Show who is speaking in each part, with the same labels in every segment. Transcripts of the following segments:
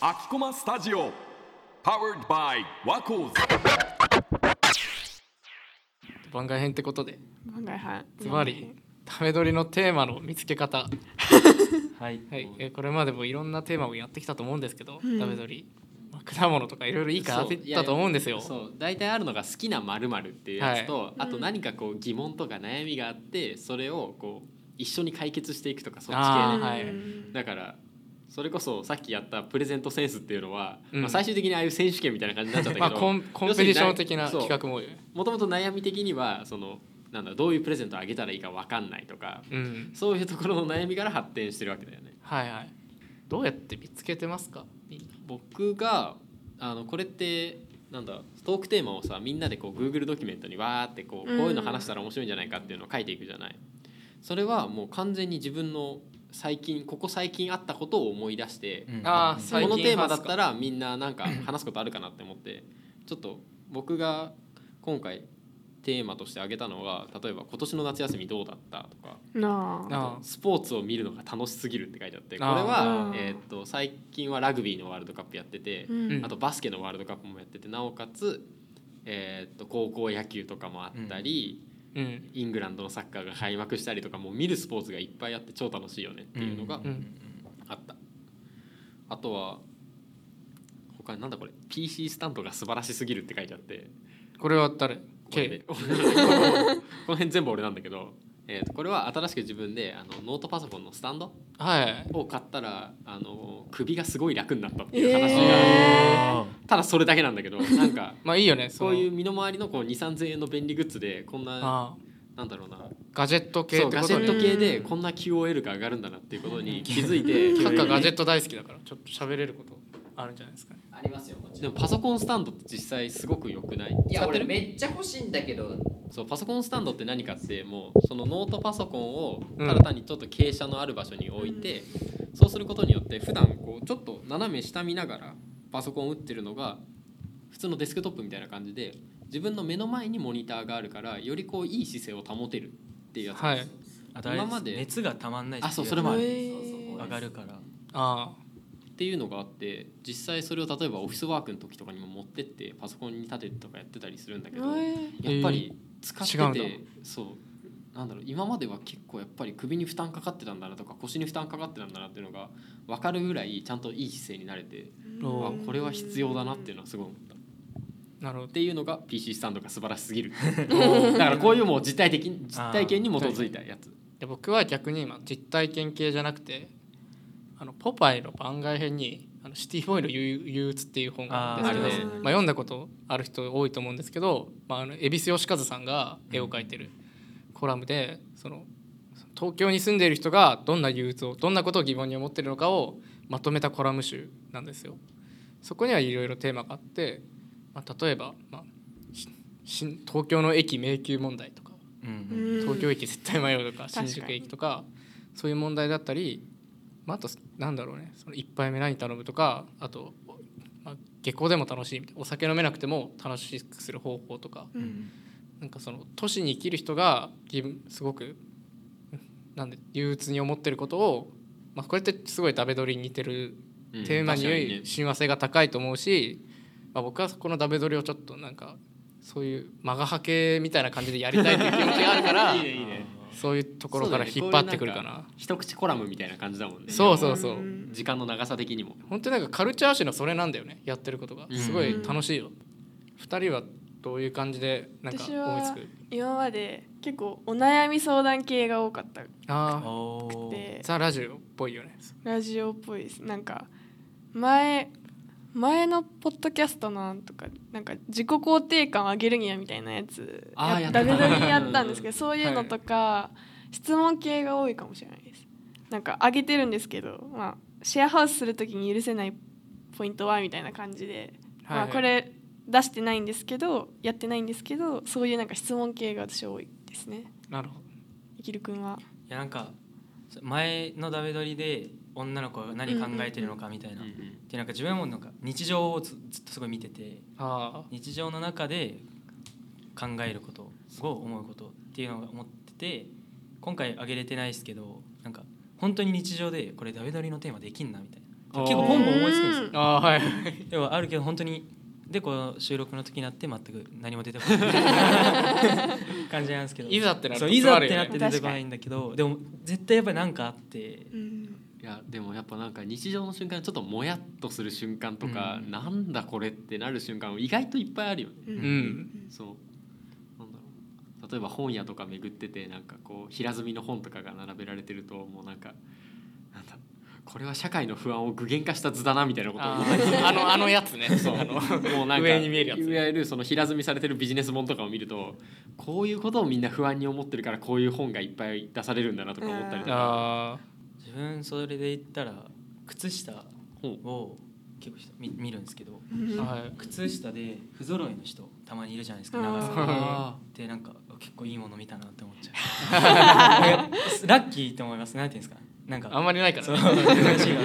Speaker 1: アキコマスタジオ Powered by ワコーズ
Speaker 2: 番外編ってことで
Speaker 3: 番外編
Speaker 2: つまりため取りのテーマの見つけ方、
Speaker 4: はい、
Speaker 2: はい、えこれまでもいろんなテーマをやってきたと思うんですけど、ため取り、まあ果物とかいろいろいいかなって言ったと思うんですよ
Speaker 5: そういやいやそう大体あるのが好きなまるっていうやつと、あと何かこう疑問とか悩みがあってそれをこう一緒に解決していくとかそっち
Speaker 2: あー
Speaker 5: 系ね
Speaker 2: はい
Speaker 5: だからそれこそさっきやったプレゼントセンスっていうのは、
Speaker 2: うん
Speaker 5: まあ、最終的にああいう選手権みたいな感じになっちゃったけ
Speaker 2: ま
Speaker 5: ど、
Speaker 2: あコンコンペティション的な企画も
Speaker 5: もともと悩み的にはそのなんだどういうプレゼントあげたらいいか分かんないとか
Speaker 2: うん
Speaker 5: そういうところの悩みから発展してるわけだよね。
Speaker 2: はいはいどうやって見つけてますかみんな
Speaker 5: 僕があのこれってなんだトークテーマをさみんなでこう Google ドキュメントにわーってこうこう
Speaker 3: うん
Speaker 5: いうの話したら面白いんじゃないかっていうのを書いていくじゃない。それはもう完全に自分の最近ここ最近あったことを思い出して、
Speaker 4: うん
Speaker 2: あー
Speaker 5: こ
Speaker 2: 最近
Speaker 5: のテーマだった
Speaker 2: ら
Speaker 5: らみんななんか話すことあるかなって思ってちょっと僕が今回テーマとして挙げたのは例えば今年の夏休みどうだったとか
Speaker 3: なあ
Speaker 2: あ
Speaker 5: スポーツを見るのが楽しすぎるって書いてあってこれ
Speaker 3: あー、
Speaker 5: はえー、と最近はラグビーのワールドカップやってて、
Speaker 3: うん
Speaker 5: あとバスケのワールドカップもやっててなおかつ、えー、と高校野球とかもあったり、
Speaker 2: うん
Speaker 5: イングランドのサッカーが開幕したりとかもう見るスポーツがいっぱいあって超楽しいよねっていうのが
Speaker 2: うんうん
Speaker 5: あった、あとは他になんだこれ PC スタンドが素晴らしすぎるって書いてあって
Speaker 2: これは誰
Speaker 5: これ
Speaker 2: K
Speaker 5: この辺全部俺なんだけど、えー、とこれは新しく自分であのノートパソコンのスタンド
Speaker 2: はい
Speaker 5: を買ったらあの首がすごい楽になったっていう話が、
Speaker 3: え
Speaker 4: あ
Speaker 5: ただそれだけなんだけどなんか
Speaker 2: まあいいよね
Speaker 5: そうい
Speaker 2: う
Speaker 5: う身の回りのこう2 3 0円の便利グッズでこんな
Speaker 2: あ
Speaker 5: なんだろうな
Speaker 2: ガジェット系
Speaker 5: そう
Speaker 2: って
Speaker 5: ガ
Speaker 2: こ
Speaker 5: ジ
Speaker 2: と
Speaker 5: ェッ
Speaker 2: ね
Speaker 5: ト系でこんな QOL が上がるんだなっていうことに気づいて
Speaker 2: サッカーガ ジェッ
Speaker 5: ト
Speaker 2: ト大好きだからちょっと喋れることあるんじゃないですかね
Speaker 4: ありますよもち
Speaker 5: で
Speaker 4: ろ
Speaker 5: も
Speaker 4: ん
Speaker 5: パソコンスタンドって実際すごく良くない
Speaker 4: い
Speaker 5: 使
Speaker 4: や
Speaker 5: って
Speaker 4: 俺
Speaker 5: る
Speaker 4: めっちゃ欲しいんだけど
Speaker 5: そうパソコンスタンドって何かってもうそのノートパソコンを
Speaker 2: うん
Speaker 5: ただ単にちょっと傾斜のある場所に置いて、そうすることによって普段こうちょっと斜め下見ながらパソコンを打ってるのが普通のデスクトップみたいな感じで自分の目の前にモニターがあるからよりこういい姿勢を保てるっていうやつなんです、
Speaker 6: あとあれ
Speaker 5: 今まで
Speaker 6: 熱がたまんないってい
Speaker 5: あそうそれもある
Speaker 3: え
Speaker 6: 上がるから
Speaker 2: あ
Speaker 5: っていうのがあって実際それを例えばオフィスワークの時とかにも持ってってパソコンに立ててとかやってたりするんだけど、
Speaker 2: えー
Speaker 5: やっぱり使
Speaker 2: 違うん
Speaker 5: ってて、
Speaker 2: だ
Speaker 5: そうなんだろう今までは結構やっぱり首に負担かかってたんだなとか腰に負担かかってたんだなっていうのが分かるぐらいちゃんといい姿勢になれてあ
Speaker 2: お
Speaker 5: これは必要だなっていうのはすごい思ったっ
Speaker 2: あなるほど
Speaker 5: ていうのが PC スタンドが素晴らしすぎ るだからこういうもう実体的に実体験に基づいたやつ
Speaker 2: で僕は逆に今実体験系じゃなくてあのポパイの番外編に「あのシティボーイの憂憂鬱」っていう本があるんですけど
Speaker 5: あーあるね
Speaker 2: まあ、読んだことある人多いと思うんですけど、まあ、あの恵比寿義和さんが絵を描いてるコラムでその東京に住んでいる人がどんな憂鬱をどんなことを疑問に思ってるのかをまとめたコラム集なんですよ。そこにはいろいろテーマがあって、まあ、例えば、まあ、しし東京の駅迷宮問題とか
Speaker 6: うん
Speaker 2: 東
Speaker 3: 東
Speaker 2: 京駅絶対迷うとか
Speaker 3: 確か
Speaker 2: 新
Speaker 3: に
Speaker 2: 宿駅とかそういう問題だったり、まあ、あとなんだろうねその1杯目何頼むとかあと、まあ、下校でも楽しいみたいなお酒飲めなくても楽しくする方法とか
Speaker 3: うん
Speaker 2: なんかその都市に生きる人が自分すごくなんで憂鬱に思ってることを、まあ、これってすごいダベドリに似てる
Speaker 5: うん
Speaker 2: テーマによ
Speaker 5: 確か
Speaker 2: り親和性が高いと思うし、まあ、僕はこのダベドリをちょっとなんかそういうマガハ系みたいな感じでやりたいという気持ちがあるから。
Speaker 5: にねいいねいいね
Speaker 2: そういうところから引っ張ってくるか
Speaker 5: そうだ
Speaker 2: な。
Speaker 5: 一口コラムみたいな感じだもんね
Speaker 2: そうそうそう。
Speaker 3: ん
Speaker 5: 時間の長さ的にも
Speaker 2: 本当になんかカルチャー誌のそれなんだよね。やってることが
Speaker 5: うん
Speaker 2: すごい楽しいよ。二人はどういう感じでなんか
Speaker 3: 私
Speaker 2: 思いつ
Speaker 3: は
Speaker 2: く？
Speaker 3: 今まで結構お悩み相談系が多かったく
Speaker 2: あ
Speaker 6: おー
Speaker 3: て
Speaker 2: あ、ザラジオっぽいよね。
Speaker 3: ラジオっぽいですなんか前前のポッドキャストのなんとかなんか自己肯定感を上げるにはみたいなやつ
Speaker 5: あーや
Speaker 3: や
Speaker 5: っ
Speaker 3: ったダ
Speaker 5: ね
Speaker 3: メダメにやったんですけどそういうのとか、質問系が多いかもしれないですなんか上げてるんですけど、まあ、シェアハウスするときに許せないポイントはみたいな感じで、
Speaker 2: はいはい
Speaker 3: まあ、これ出してないんですけどやってないんですけどそういうなんか質問系が私多いですね
Speaker 2: なるほ
Speaker 3: いきるくんはい
Speaker 6: やなんか前のダメ撮りで女の子が何考えてるのかみたいな、
Speaker 5: うんう
Speaker 6: で
Speaker 5: ん
Speaker 6: なんか自分もなんか日常をずずっとすごい見てて
Speaker 2: ど。あ
Speaker 6: 日常の中で考えることすごい思うことっていうのが思ってて今回あげれてないですけどなんか本当に日常でこれダメ撮りのテーマできんなみたい
Speaker 2: あー
Speaker 6: な結構ポンポン思いつくんですよ
Speaker 2: ああはい
Speaker 6: 要はあるけど本当にでこう収録の時になって全く何も出てこない感じなんですけど
Speaker 2: いざってなると
Speaker 6: そう
Speaker 2: そう
Speaker 6: いざ
Speaker 2: あ
Speaker 6: っ
Speaker 2: る
Speaker 6: て
Speaker 2: よ
Speaker 6: な
Speaker 2: ね
Speaker 6: って出てこないんだけどでも絶対やっぱりなんかあって
Speaker 3: うん
Speaker 5: いやでもやっぱなんか日常の瞬間ちょっともやっとする瞬間とか、
Speaker 6: うん
Speaker 5: なんだこれってなる瞬間意外といっぱいあるよね。
Speaker 3: う
Speaker 2: うんん
Speaker 5: そうなんだろう例えば本屋とか巡っててなんかこう平積みの本とかが並べられてるともうなんかなんだこれは社会の不安を具現化した図だなみたいなことを
Speaker 2: あーあのあのやつねそうあの
Speaker 5: もうなんか
Speaker 2: 上に見えるやつ
Speaker 5: いわゆるその平積みされてるビジネス本とかを見るとこういうことをみんな不安に思ってるからこういう本がいっぱい出されるんだなとか思ったりとか
Speaker 2: あ
Speaker 6: 自分それで言ったら靴下
Speaker 5: 本
Speaker 6: を結構し見見るんですけど
Speaker 3: うん
Speaker 2: ーはい
Speaker 6: 靴下で不揃いの人たまにいるじゃないですか長
Speaker 3: あ
Speaker 6: さ
Speaker 3: ー
Speaker 6: が
Speaker 2: あ
Speaker 6: でなんか結構いいもの見たなって思っちゃう ラッキーって思いますなんていうんですかなんか
Speaker 2: あんまりない から
Speaker 6: そう
Speaker 2: ね
Speaker 6: 珍しいわ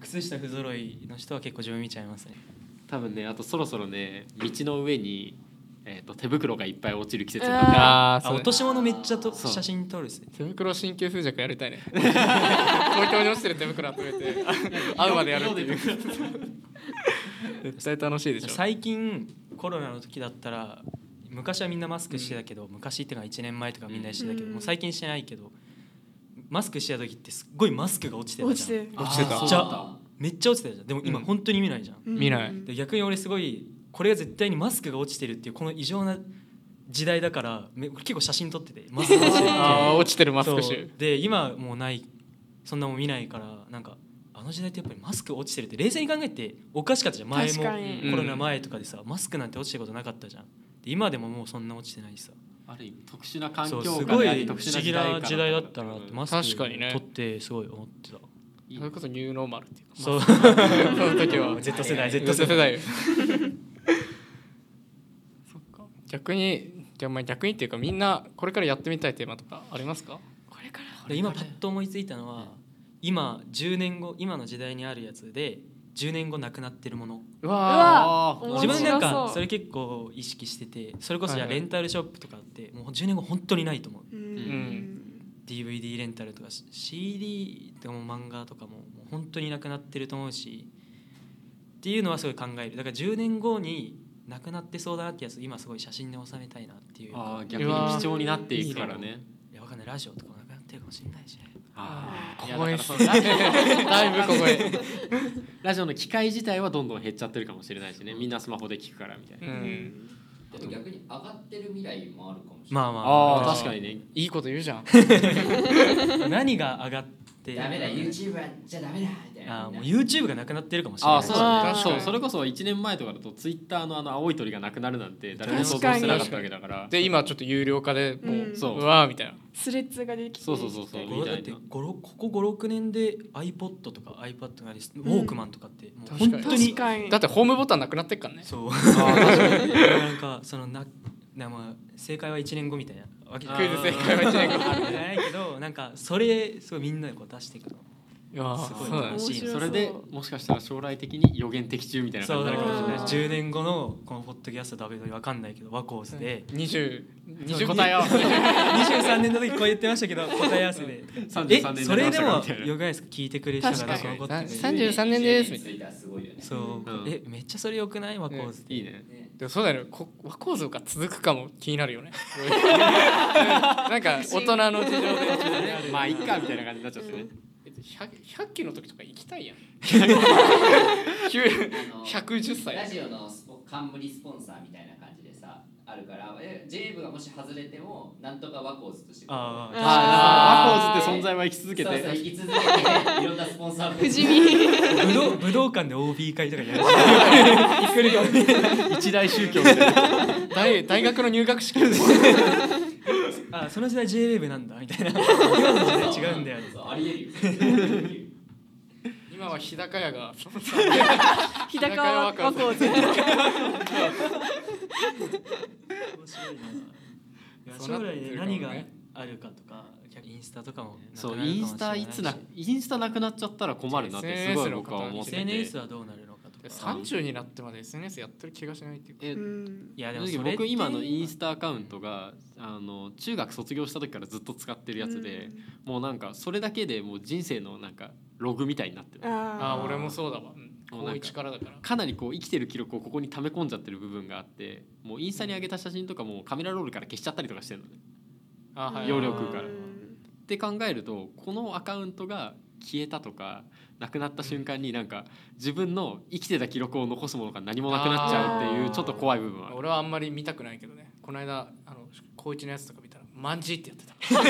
Speaker 6: 靴下不揃いの人は結構自分見ちゃいますね
Speaker 5: 多分ねあとそろそろね道の上に、えー、と手袋がいっぱい落ちる季節
Speaker 3: う
Speaker 5: に
Speaker 3: わ
Speaker 5: な
Speaker 3: ー
Speaker 5: る
Speaker 2: あー
Speaker 6: あ
Speaker 2: そう
Speaker 6: 落とし物めっちゃと
Speaker 5: そう
Speaker 6: 写真撮るっすね
Speaker 2: 手袋神経衰弱やりたいね東京に落ちてる手袋集めて 会うまでやるっていう絶対楽しいでしょ
Speaker 6: 最近コロナの時だったら昔はみんなマスクしてたけど、昔っていうか1年前とかみんなしてたけど、
Speaker 3: うん
Speaker 6: もう最近してないけどマスクしてた時ってすっごいマスクが落ちてた
Speaker 3: 落ち
Speaker 6: じゃ
Speaker 3: て
Speaker 6: ん
Speaker 3: る
Speaker 2: 落ちてた
Speaker 5: あー
Speaker 6: じゃあめっちゃ落ちてたじゃんでも今
Speaker 2: うん
Speaker 6: 本当に見ないじゃん、
Speaker 3: うん
Speaker 2: 見ない
Speaker 6: で逆に俺すごいこれが絶対にマスクが落ちてるっていうこの異常な時代だからめ結構写真撮っててマスクが落ちてるっていう
Speaker 2: あー落ちてるマスク
Speaker 6: そう
Speaker 2: 臭
Speaker 6: で今もうないそんなもん見ないからなんかあの時代ってやっぱりマスク落ちてるって冷静に考えておかしかったじゃん前
Speaker 3: 確
Speaker 6: も
Speaker 3: かに
Speaker 6: コロナ前とかでさマスクなんて落ちてることなかったじゃんで今でももうそんな落ちてないしさ
Speaker 5: ある意味特殊な環
Speaker 6: そ
Speaker 5: 境
Speaker 6: うす
Speaker 5: 下
Speaker 6: ご
Speaker 5: であり
Speaker 6: い不
Speaker 5: 特殊
Speaker 6: 思議な時代だったなって
Speaker 5: ま
Speaker 6: マスク
Speaker 2: 確かにね
Speaker 6: 取ってすごい思ってた
Speaker 2: それこそニューノーマルっていうか
Speaker 6: そ う
Speaker 2: その時は
Speaker 6: Z 世代 Z
Speaker 2: Z
Speaker 6: 世
Speaker 2: 世
Speaker 6: 代
Speaker 2: 代そっか逆にじゃあまあ逆にっていうかみんなこれからやってみたいテーマとかありますか
Speaker 3: これから
Speaker 6: で今パッと思いついたのは今10年後今の時代にあるやつで10年後なくなってるもの
Speaker 2: う
Speaker 3: わ
Speaker 2: ー
Speaker 3: 面
Speaker 6: 自
Speaker 3: 白そう
Speaker 6: 分なんかそれ結構意識しててそれこそじゃあ
Speaker 2: はいは
Speaker 6: レ
Speaker 2: い
Speaker 6: ンタルショップとかってもう10年後本当にないと思う
Speaker 3: うん
Speaker 5: うん
Speaker 6: DVD レンタルとか CD でも漫画とかももう本当になくなってると思うしっていうのはすごい考えるだから10年後になくなってそうだなってやつ今すごい写真で収めたいなっていう
Speaker 5: あ
Speaker 6: か
Speaker 5: ー逆に貴重になっていくからね
Speaker 6: いやわかんないラジオとかもなくなってるかもしれないしね
Speaker 5: あーいや
Speaker 2: 怖いっ
Speaker 5: だ
Speaker 2: す
Speaker 5: か
Speaker 2: ね
Speaker 5: らそのラ
Speaker 2: だ
Speaker 5: ジ
Speaker 2: いぶここへ
Speaker 5: オラジオの機会自体はどんどん減っちゃってるかもしれないしねみんなスマホで聞くからみたいな、
Speaker 2: うん
Speaker 4: でも逆に上がってる未来もあるかもしれない。
Speaker 6: まあま
Speaker 2: あ
Speaker 6: あ
Speaker 2: ー
Speaker 5: 確かにね
Speaker 2: いいこと言うじゃん
Speaker 6: 何が上がって
Speaker 4: ダメだ YouTube やっちゃダメだみたいな。
Speaker 6: あーもう YouTube がなくなってるかもしれない
Speaker 5: あーそう
Speaker 3: あ
Speaker 5: だ
Speaker 3: ー
Speaker 5: ねそうそれ
Speaker 2: こ
Speaker 5: こそ1年前とかだとツイッターのあの青い鳥がなくなるなんて誰も想
Speaker 3: 確かに
Speaker 5: 像してなかったわけだから
Speaker 2: で今ちょっと有料化でもう、
Speaker 3: うん
Speaker 5: そう
Speaker 2: うわーみたいな
Speaker 3: スレッズができて
Speaker 5: そうそうそうそう
Speaker 6: これだってごろここ56年で iPod とか iPad とかですウォークマンとかってもう
Speaker 2: 確か
Speaker 6: 本
Speaker 2: に
Speaker 6: 当
Speaker 3: 確
Speaker 6: に
Speaker 3: かに
Speaker 2: だってホームボタンなくなってっからね
Speaker 6: そうなんかそのななまあ正解は1年後みたいなわけじゃ
Speaker 2: クイズ正解は1年後
Speaker 6: じゃないけどなんかそれすごいみんなでこう出していくの
Speaker 2: いやー
Speaker 6: すごい
Speaker 2: そうだね
Speaker 6: 楽しい
Speaker 3: 面白
Speaker 5: それでもしかしたら将来的に予言的中みたいな感
Speaker 6: そ
Speaker 5: じ
Speaker 6: う
Speaker 5: にな
Speaker 6: だ
Speaker 5: るから
Speaker 6: か
Speaker 5: もしれ
Speaker 3: あー
Speaker 5: ない
Speaker 6: 10年後のこのポッドキャストダビドリわかんないけどワコーズで
Speaker 2: 20
Speaker 6: そ
Speaker 2: 20
Speaker 6: う
Speaker 2: 答えよ
Speaker 6: 23年の時こう言ってましたけど答え合わせで
Speaker 5: 33
Speaker 6: え
Speaker 5: 年
Speaker 6: それでもよ
Speaker 5: みたいな
Speaker 6: くないですか聞いてくれる人が
Speaker 3: 確かに
Speaker 6: 残って
Speaker 2: さ
Speaker 6: て
Speaker 2: さ33年です
Speaker 4: みたいな。すごいよ ね。
Speaker 6: そう、
Speaker 5: うん
Speaker 6: えめっちゃそれよくないワコーズって
Speaker 5: いいね
Speaker 4: ね
Speaker 2: でもそうだよねこ和光像が続くかも気になる よねなんか大人の事情で
Speaker 5: まあいっかみたいな感じになっちゃってね。
Speaker 2: 100, 100期の時とか行きたいや ん110
Speaker 4: あの
Speaker 2: 歳
Speaker 4: ラジオのスポ冠スポンサーみたいな感じでさあるからえジェイブがもし外れてもなんとかワコーズとして
Speaker 6: あー
Speaker 5: ワ
Speaker 3: あー
Speaker 5: コーズって存在は生き続け
Speaker 4: そうそう
Speaker 5: て。
Speaker 4: 生き続けていろんなスポンサー
Speaker 3: 不死身
Speaker 6: 武道武道館で OB 会とかやる
Speaker 5: 一大宗教みたいな。
Speaker 2: 大大学の入学式
Speaker 6: あその時代 JWAVE なんだみたいな時代違うんだよ
Speaker 4: そうそうありえるよ
Speaker 2: 今は日高屋が
Speaker 3: 日高は和光で
Speaker 6: 面白いな
Speaker 2: そうな
Speaker 6: 将
Speaker 2: って
Speaker 6: 来
Speaker 2: るか
Speaker 6: で
Speaker 2: もね
Speaker 6: 何があるかとか逆にインスタとかもなく
Speaker 5: そ
Speaker 6: な
Speaker 5: う
Speaker 6: るかもしれ
Speaker 5: イ
Speaker 6: な
Speaker 5: ンスタいつなインスタなくなっちゃったら困るなってすごい僕は思ってて。
Speaker 6: SNS はどうなるのかとか
Speaker 2: で30になってまで SNS やってる気がしないっていうか
Speaker 5: え
Speaker 3: うん
Speaker 6: いやでも
Speaker 5: 正
Speaker 6: そ
Speaker 5: 直
Speaker 6: れ
Speaker 5: 僕今のイン
Speaker 6: ス
Speaker 5: スタアカウントがあの中学卒業した時からずっと使ってるやつで、もうなんかそれだけでもう人生のなんかログみたいになってる
Speaker 3: あー
Speaker 2: ああ俺もそうだわ、うん、
Speaker 5: もうなんか
Speaker 2: 高一からだから
Speaker 5: かなりこう生きてる記録をここに溜め込んじゃってる部分があってもうインスタに上げた写真とかもうカメラロールから消しちゃったりとかしてるのね。
Speaker 2: あーはい
Speaker 5: 容量食うから
Speaker 3: うん
Speaker 5: って考えるとこのアカウントが消えたとかなくなった瞬間になんか自分の生きてた記録を残すものが何もなくなっちゃうってい
Speaker 3: あ
Speaker 5: う
Speaker 3: ー
Speaker 5: ちょっと怖い部分はある
Speaker 2: 俺はあんまり見たくないけどねこの間あの高一のやつとか見たら「マンジ」ってやってた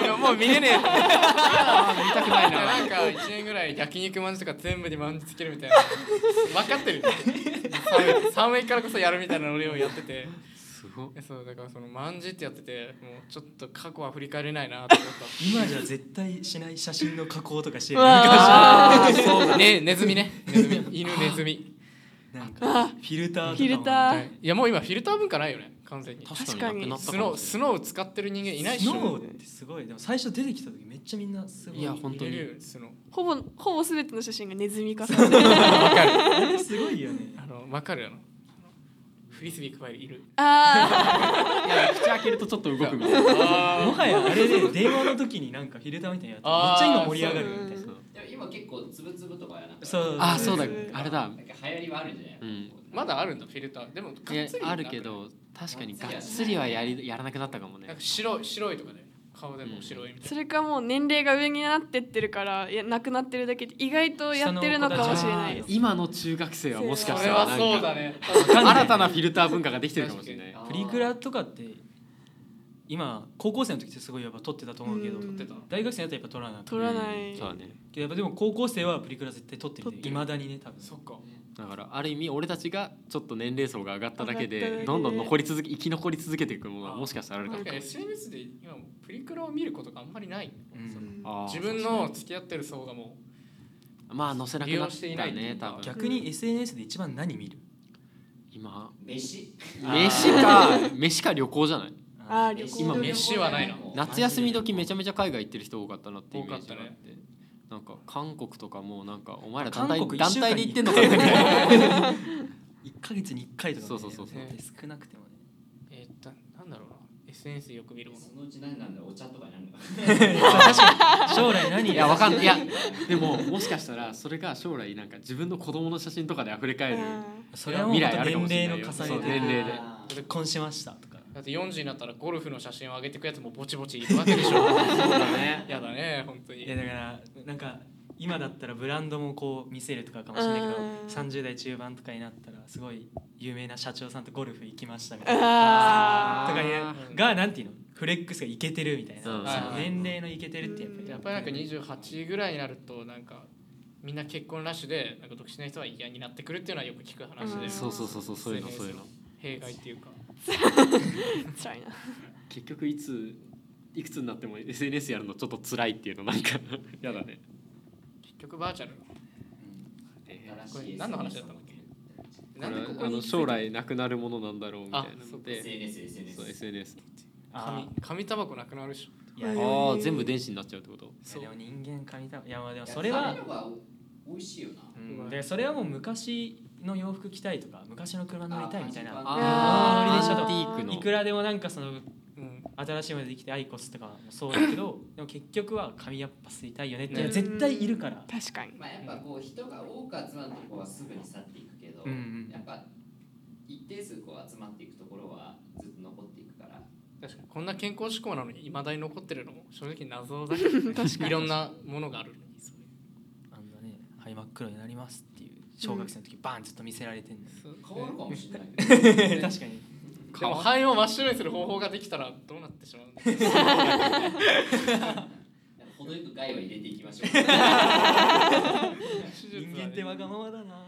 Speaker 2: もうもう見れねえ見たくないななんか1年ぐらい焼肉マンジとか全部にマンジつけるみたいな分かってる寒い寒いからこそやるみたいな俺をやってて
Speaker 5: すごい
Speaker 2: そうだからそのマンジってやっててもうちょっと過去は振り返れないなと思っ
Speaker 6: 今じゃ絶対しない写真の加工とかしてる
Speaker 3: うわ
Speaker 2: たあーそうだねネズミねネズミ犬ネズ ミ
Speaker 6: なんかフィルターとかも
Speaker 3: フィルター
Speaker 2: いやもう今フィルター文化ないよね完全に
Speaker 3: 確かに
Speaker 5: なくなった
Speaker 2: ス
Speaker 5: かも
Speaker 2: ノースノー使ってる人間いないっしょ
Speaker 6: スノーってすごいでも最初出てきた時めっちゃみんなすごい
Speaker 5: いや本当に
Speaker 2: 見れるその
Speaker 3: ほぼほぼ全ての写真がネズミ化されてる
Speaker 6: あれすごいよね
Speaker 2: あのわかるあのフリスビー加えるいる
Speaker 3: あ
Speaker 5: いや口開けるとちょっと動くみたいな
Speaker 6: もはやあれで電話の時になんかフィルターみたいなのや
Speaker 2: あ
Speaker 6: っ
Speaker 2: ー
Speaker 6: てめっちゃ今盛り上がるみたいな
Speaker 3: そう
Speaker 4: でも今結構つぶつぶとかやなんか
Speaker 6: そう
Speaker 5: あそうだ
Speaker 3: うん
Speaker 5: あれだ
Speaker 4: なんか流行りはあるんじゃない、
Speaker 5: うん
Speaker 2: まだあるんだフィルターでもがっつ
Speaker 5: い
Speaker 2: り
Speaker 5: や
Speaker 2: なんかね
Speaker 5: あるけど確かにがっつりはやりやらなくなったか
Speaker 2: な
Speaker 5: も
Speaker 2: んか
Speaker 5: ね
Speaker 2: 白い白いとかね顔でも白いみ
Speaker 3: ー
Speaker 2: たい
Speaker 3: それかもう年齢が上になってってるからいやなくなってるだけで意外とやってるのかもしれないです
Speaker 5: 今の中学生はもし
Speaker 2: な、
Speaker 5: か
Speaker 2: そ
Speaker 5: した
Speaker 2: れ
Speaker 5: ら
Speaker 2: は
Speaker 5: なん
Speaker 2: そうだ
Speaker 5: か
Speaker 2: ね
Speaker 5: 新たなフィルター文化ができてるかもし れない
Speaker 4: あー
Speaker 6: プリクラとかって今高校生の時ってすごいやっぱ撮ってたと思うけど、
Speaker 3: うん
Speaker 2: 撮ってた
Speaker 6: 大学生だったらやっぱ撮らない
Speaker 3: 撮らない、
Speaker 5: うんそうだね
Speaker 6: けどやっぱでも高校生はプリクラ絶対撮って
Speaker 3: 撮
Speaker 6: る
Speaker 3: っ
Speaker 6: ん
Speaker 3: て
Speaker 6: で
Speaker 3: る
Speaker 6: いまだにね多分
Speaker 2: そっか
Speaker 5: だからある意味俺たちがちょっと年齢層が上がっただけ
Speaker 3: 上がっただけ
Speaker 5: で
Speaker 3: で
Speaker 5: どんどん残り続け生き残り続けていくものはもしかしたらあるか
Speaker 2: なん
Speaker 5: も
Speaker 2: か SNS で今もうプリクラを見ることがあんまりない、
Speaker 6: うん
Speaker 2: その
Speaker 5: あー
Speaker 2: 自分の付き合ってる層がも
Speaker 5: まあ載せなく
Speaker 2: 利
Speaker 5: な
Speaker 2: 用
Speaker 5: っ
Speaker 2: してい
Speaker 5: た
Speaker 2: ないってい
Speaker 5: ね
Speaker 2: うか
Speaker 5: 多分
Speaker 6: 逆に SNS で一番何見る
Speaker 5: 今
Speaker 4: 飯
Speaker 5: 飯か 飯か旅行じゃない
Speaker 3: あー旅行
Speaker 2: 今飯はないな
Speaker 5: 夏休み時めちゃめちゃ海外行ってる人多かったなってイ
Speaker 2: 多
Speaker 5: メ
Speaker 2: か
Speaker 5: ー
Speaker 2: っ
Speaker 5: ジ
Speaker 2: た
Speaker 5: が
Speaker 2: ね
Speaker 5: あって、なんか韓国とかもなんかお前ら団
Speaker 6: 韓
Speaker 5: 体
Speaker 6: 国一
Speaker 5: 団
Speaker 6: 週
Speaker 5: 体
Speaker 6: 間
Speaker 5: で
Speaker 6: に
Speaker 5: 行ってんのかみたいな
Speaker 6: 1か月に1回とか、ね、
Speaker 5: そうそうそうそう
Speaker 6: 少なくてもね
Speaker 2: うえーっとなんだろうな SNS でよく見るもの
Speaker 4: そのうち何なんだろうお茶とかになるのか
Speaker 6: 将来何
Speaker 5: いやわかん ないいやでももしかしたらそれが将来なんか自分の子供の写真とかで溢れ返る
Speaker 6: それはもう
Speaker 5: 未来あるかも
Speaker 6: 年
Speaker 5: しれ
Speaker 6: 齢
Speaker 5: な
Speaker 6: の
Speaker 5: いよ
Speaker 6: 重
Speaker 5: そう
Speaker 6: ね
Speaker 5: 年齢で
Speaker 4: あ
Speaker 6: で結婚しましたとか
Speaker 2: だって40になったらゴルフの写真を上げてくやつもぼちぼちいるわけでしょ そうだねやだね本当に
Speaker 6: いやだからなんか今だったらブランドもこう見せるとかかもしれないけど
Speaker 3: うん
Speaker 6: 30代中盤とかになったらすごい有名な社長さんとゴルフ行きましたみたいな
Speaker 3: あ
Speaker 6: と
Speaker 3: ー
Speaker 6: かいうがなんていうのフレックスがイケてるみたいな、
Speaker 5: うん
Speaker 6: その年齢のイケてるってやっぱり
Speaker 2: やっぱりなんか28ぐらいになるとなんかみんな結婚ラッシュでなんか独身の人は嫌になってくるっていうのはよく聞く話で、
Speaker 3: うん
Speaker 5: そうそうそうそうそういうの
Speaker 2: SNS
Speaker 5: そういうの
Speaker 2: 弊害っていうか
Speaker 3: 辛いな
Speaker 5: 結局いついくつになっても SNS やるのちょっと辛いっていうのなんか やだね
Speaker 2: 結局バーチャル
Speaker 4: ー
Speaker 2: これ何の話だったんだっけ
Speaker 5: こ
Speaker 2: なんで
Speaker 5: れ
Speaker 2: ここ
Speaker 5: あ
Speaker 2: に
Speaker 5: の将来なくなるものなんだろうみたいな
Speaker 2: あそ
Speaker 5: の
Speaker 2: う
Speaker 5: で
Speaker 4: SNS
Speaker 5: そう
Speaker 4: SNS
Speaker 5: SNS
Speaker 6: あ
Speaker 2: 紙紙タバコなくなるでしょ
Speaker 6: ーいや
Speaker 3: う
Speaker 6: い
Speaker 3: ん
Speaker 6: やい
Speaker 5: ああ全部電子になっちゃうってこと
Speaker 6: やでも人間髪たいやまあでもそ
Speaker 4: そ
Speaker 6: れ
Speaker 4: れは
Speaker 6: は、
Speaker 4: 美味しいよな
Speaker 6: うん、だからそれはもう昔の洋服着たいとか昔の車乗りたいみたいな
Speaker 3: あ
Speaker 5: あ
Speaker 3: ー
Speaker 5: ーアンティークの
Speaker 6: いくらでもなんかその
Speaker 2: うん
Speaker 6: 新しいものでできてアイコスとかもそうだけ どでも結局は髪やっぱ吸いたいよねっていうのは絶対いるから、
Speaker 3: 確かに
Speaker 4: まあやっぱこう人が多く集まるとこはすぐに去っていくけど、
Speaker 6: うんうん
Speaker 4: やっぱ一定数こう集まっていくところはずっと残っていくから
Speaker 2: 確かにこんな健康志向なのにいまだに残ってるのも正直謎だけど、 ね、いろんなものがあるのにそれ
Speaker 6: あんなねはい真っ黒になりますっていう小学生の時バーンずっと見せられてんの、
Speaker 4: 変わるかもしれないけど
Speaker 6: 確かに
Speaker 2: でも肺を真っ白にする方法ができたらどうなってしまうんだろう
Speaker 4: なんか程よく害は入れていきましょう
Speaker 2: 手術はね
Speaker 6: 人間ってわがままだな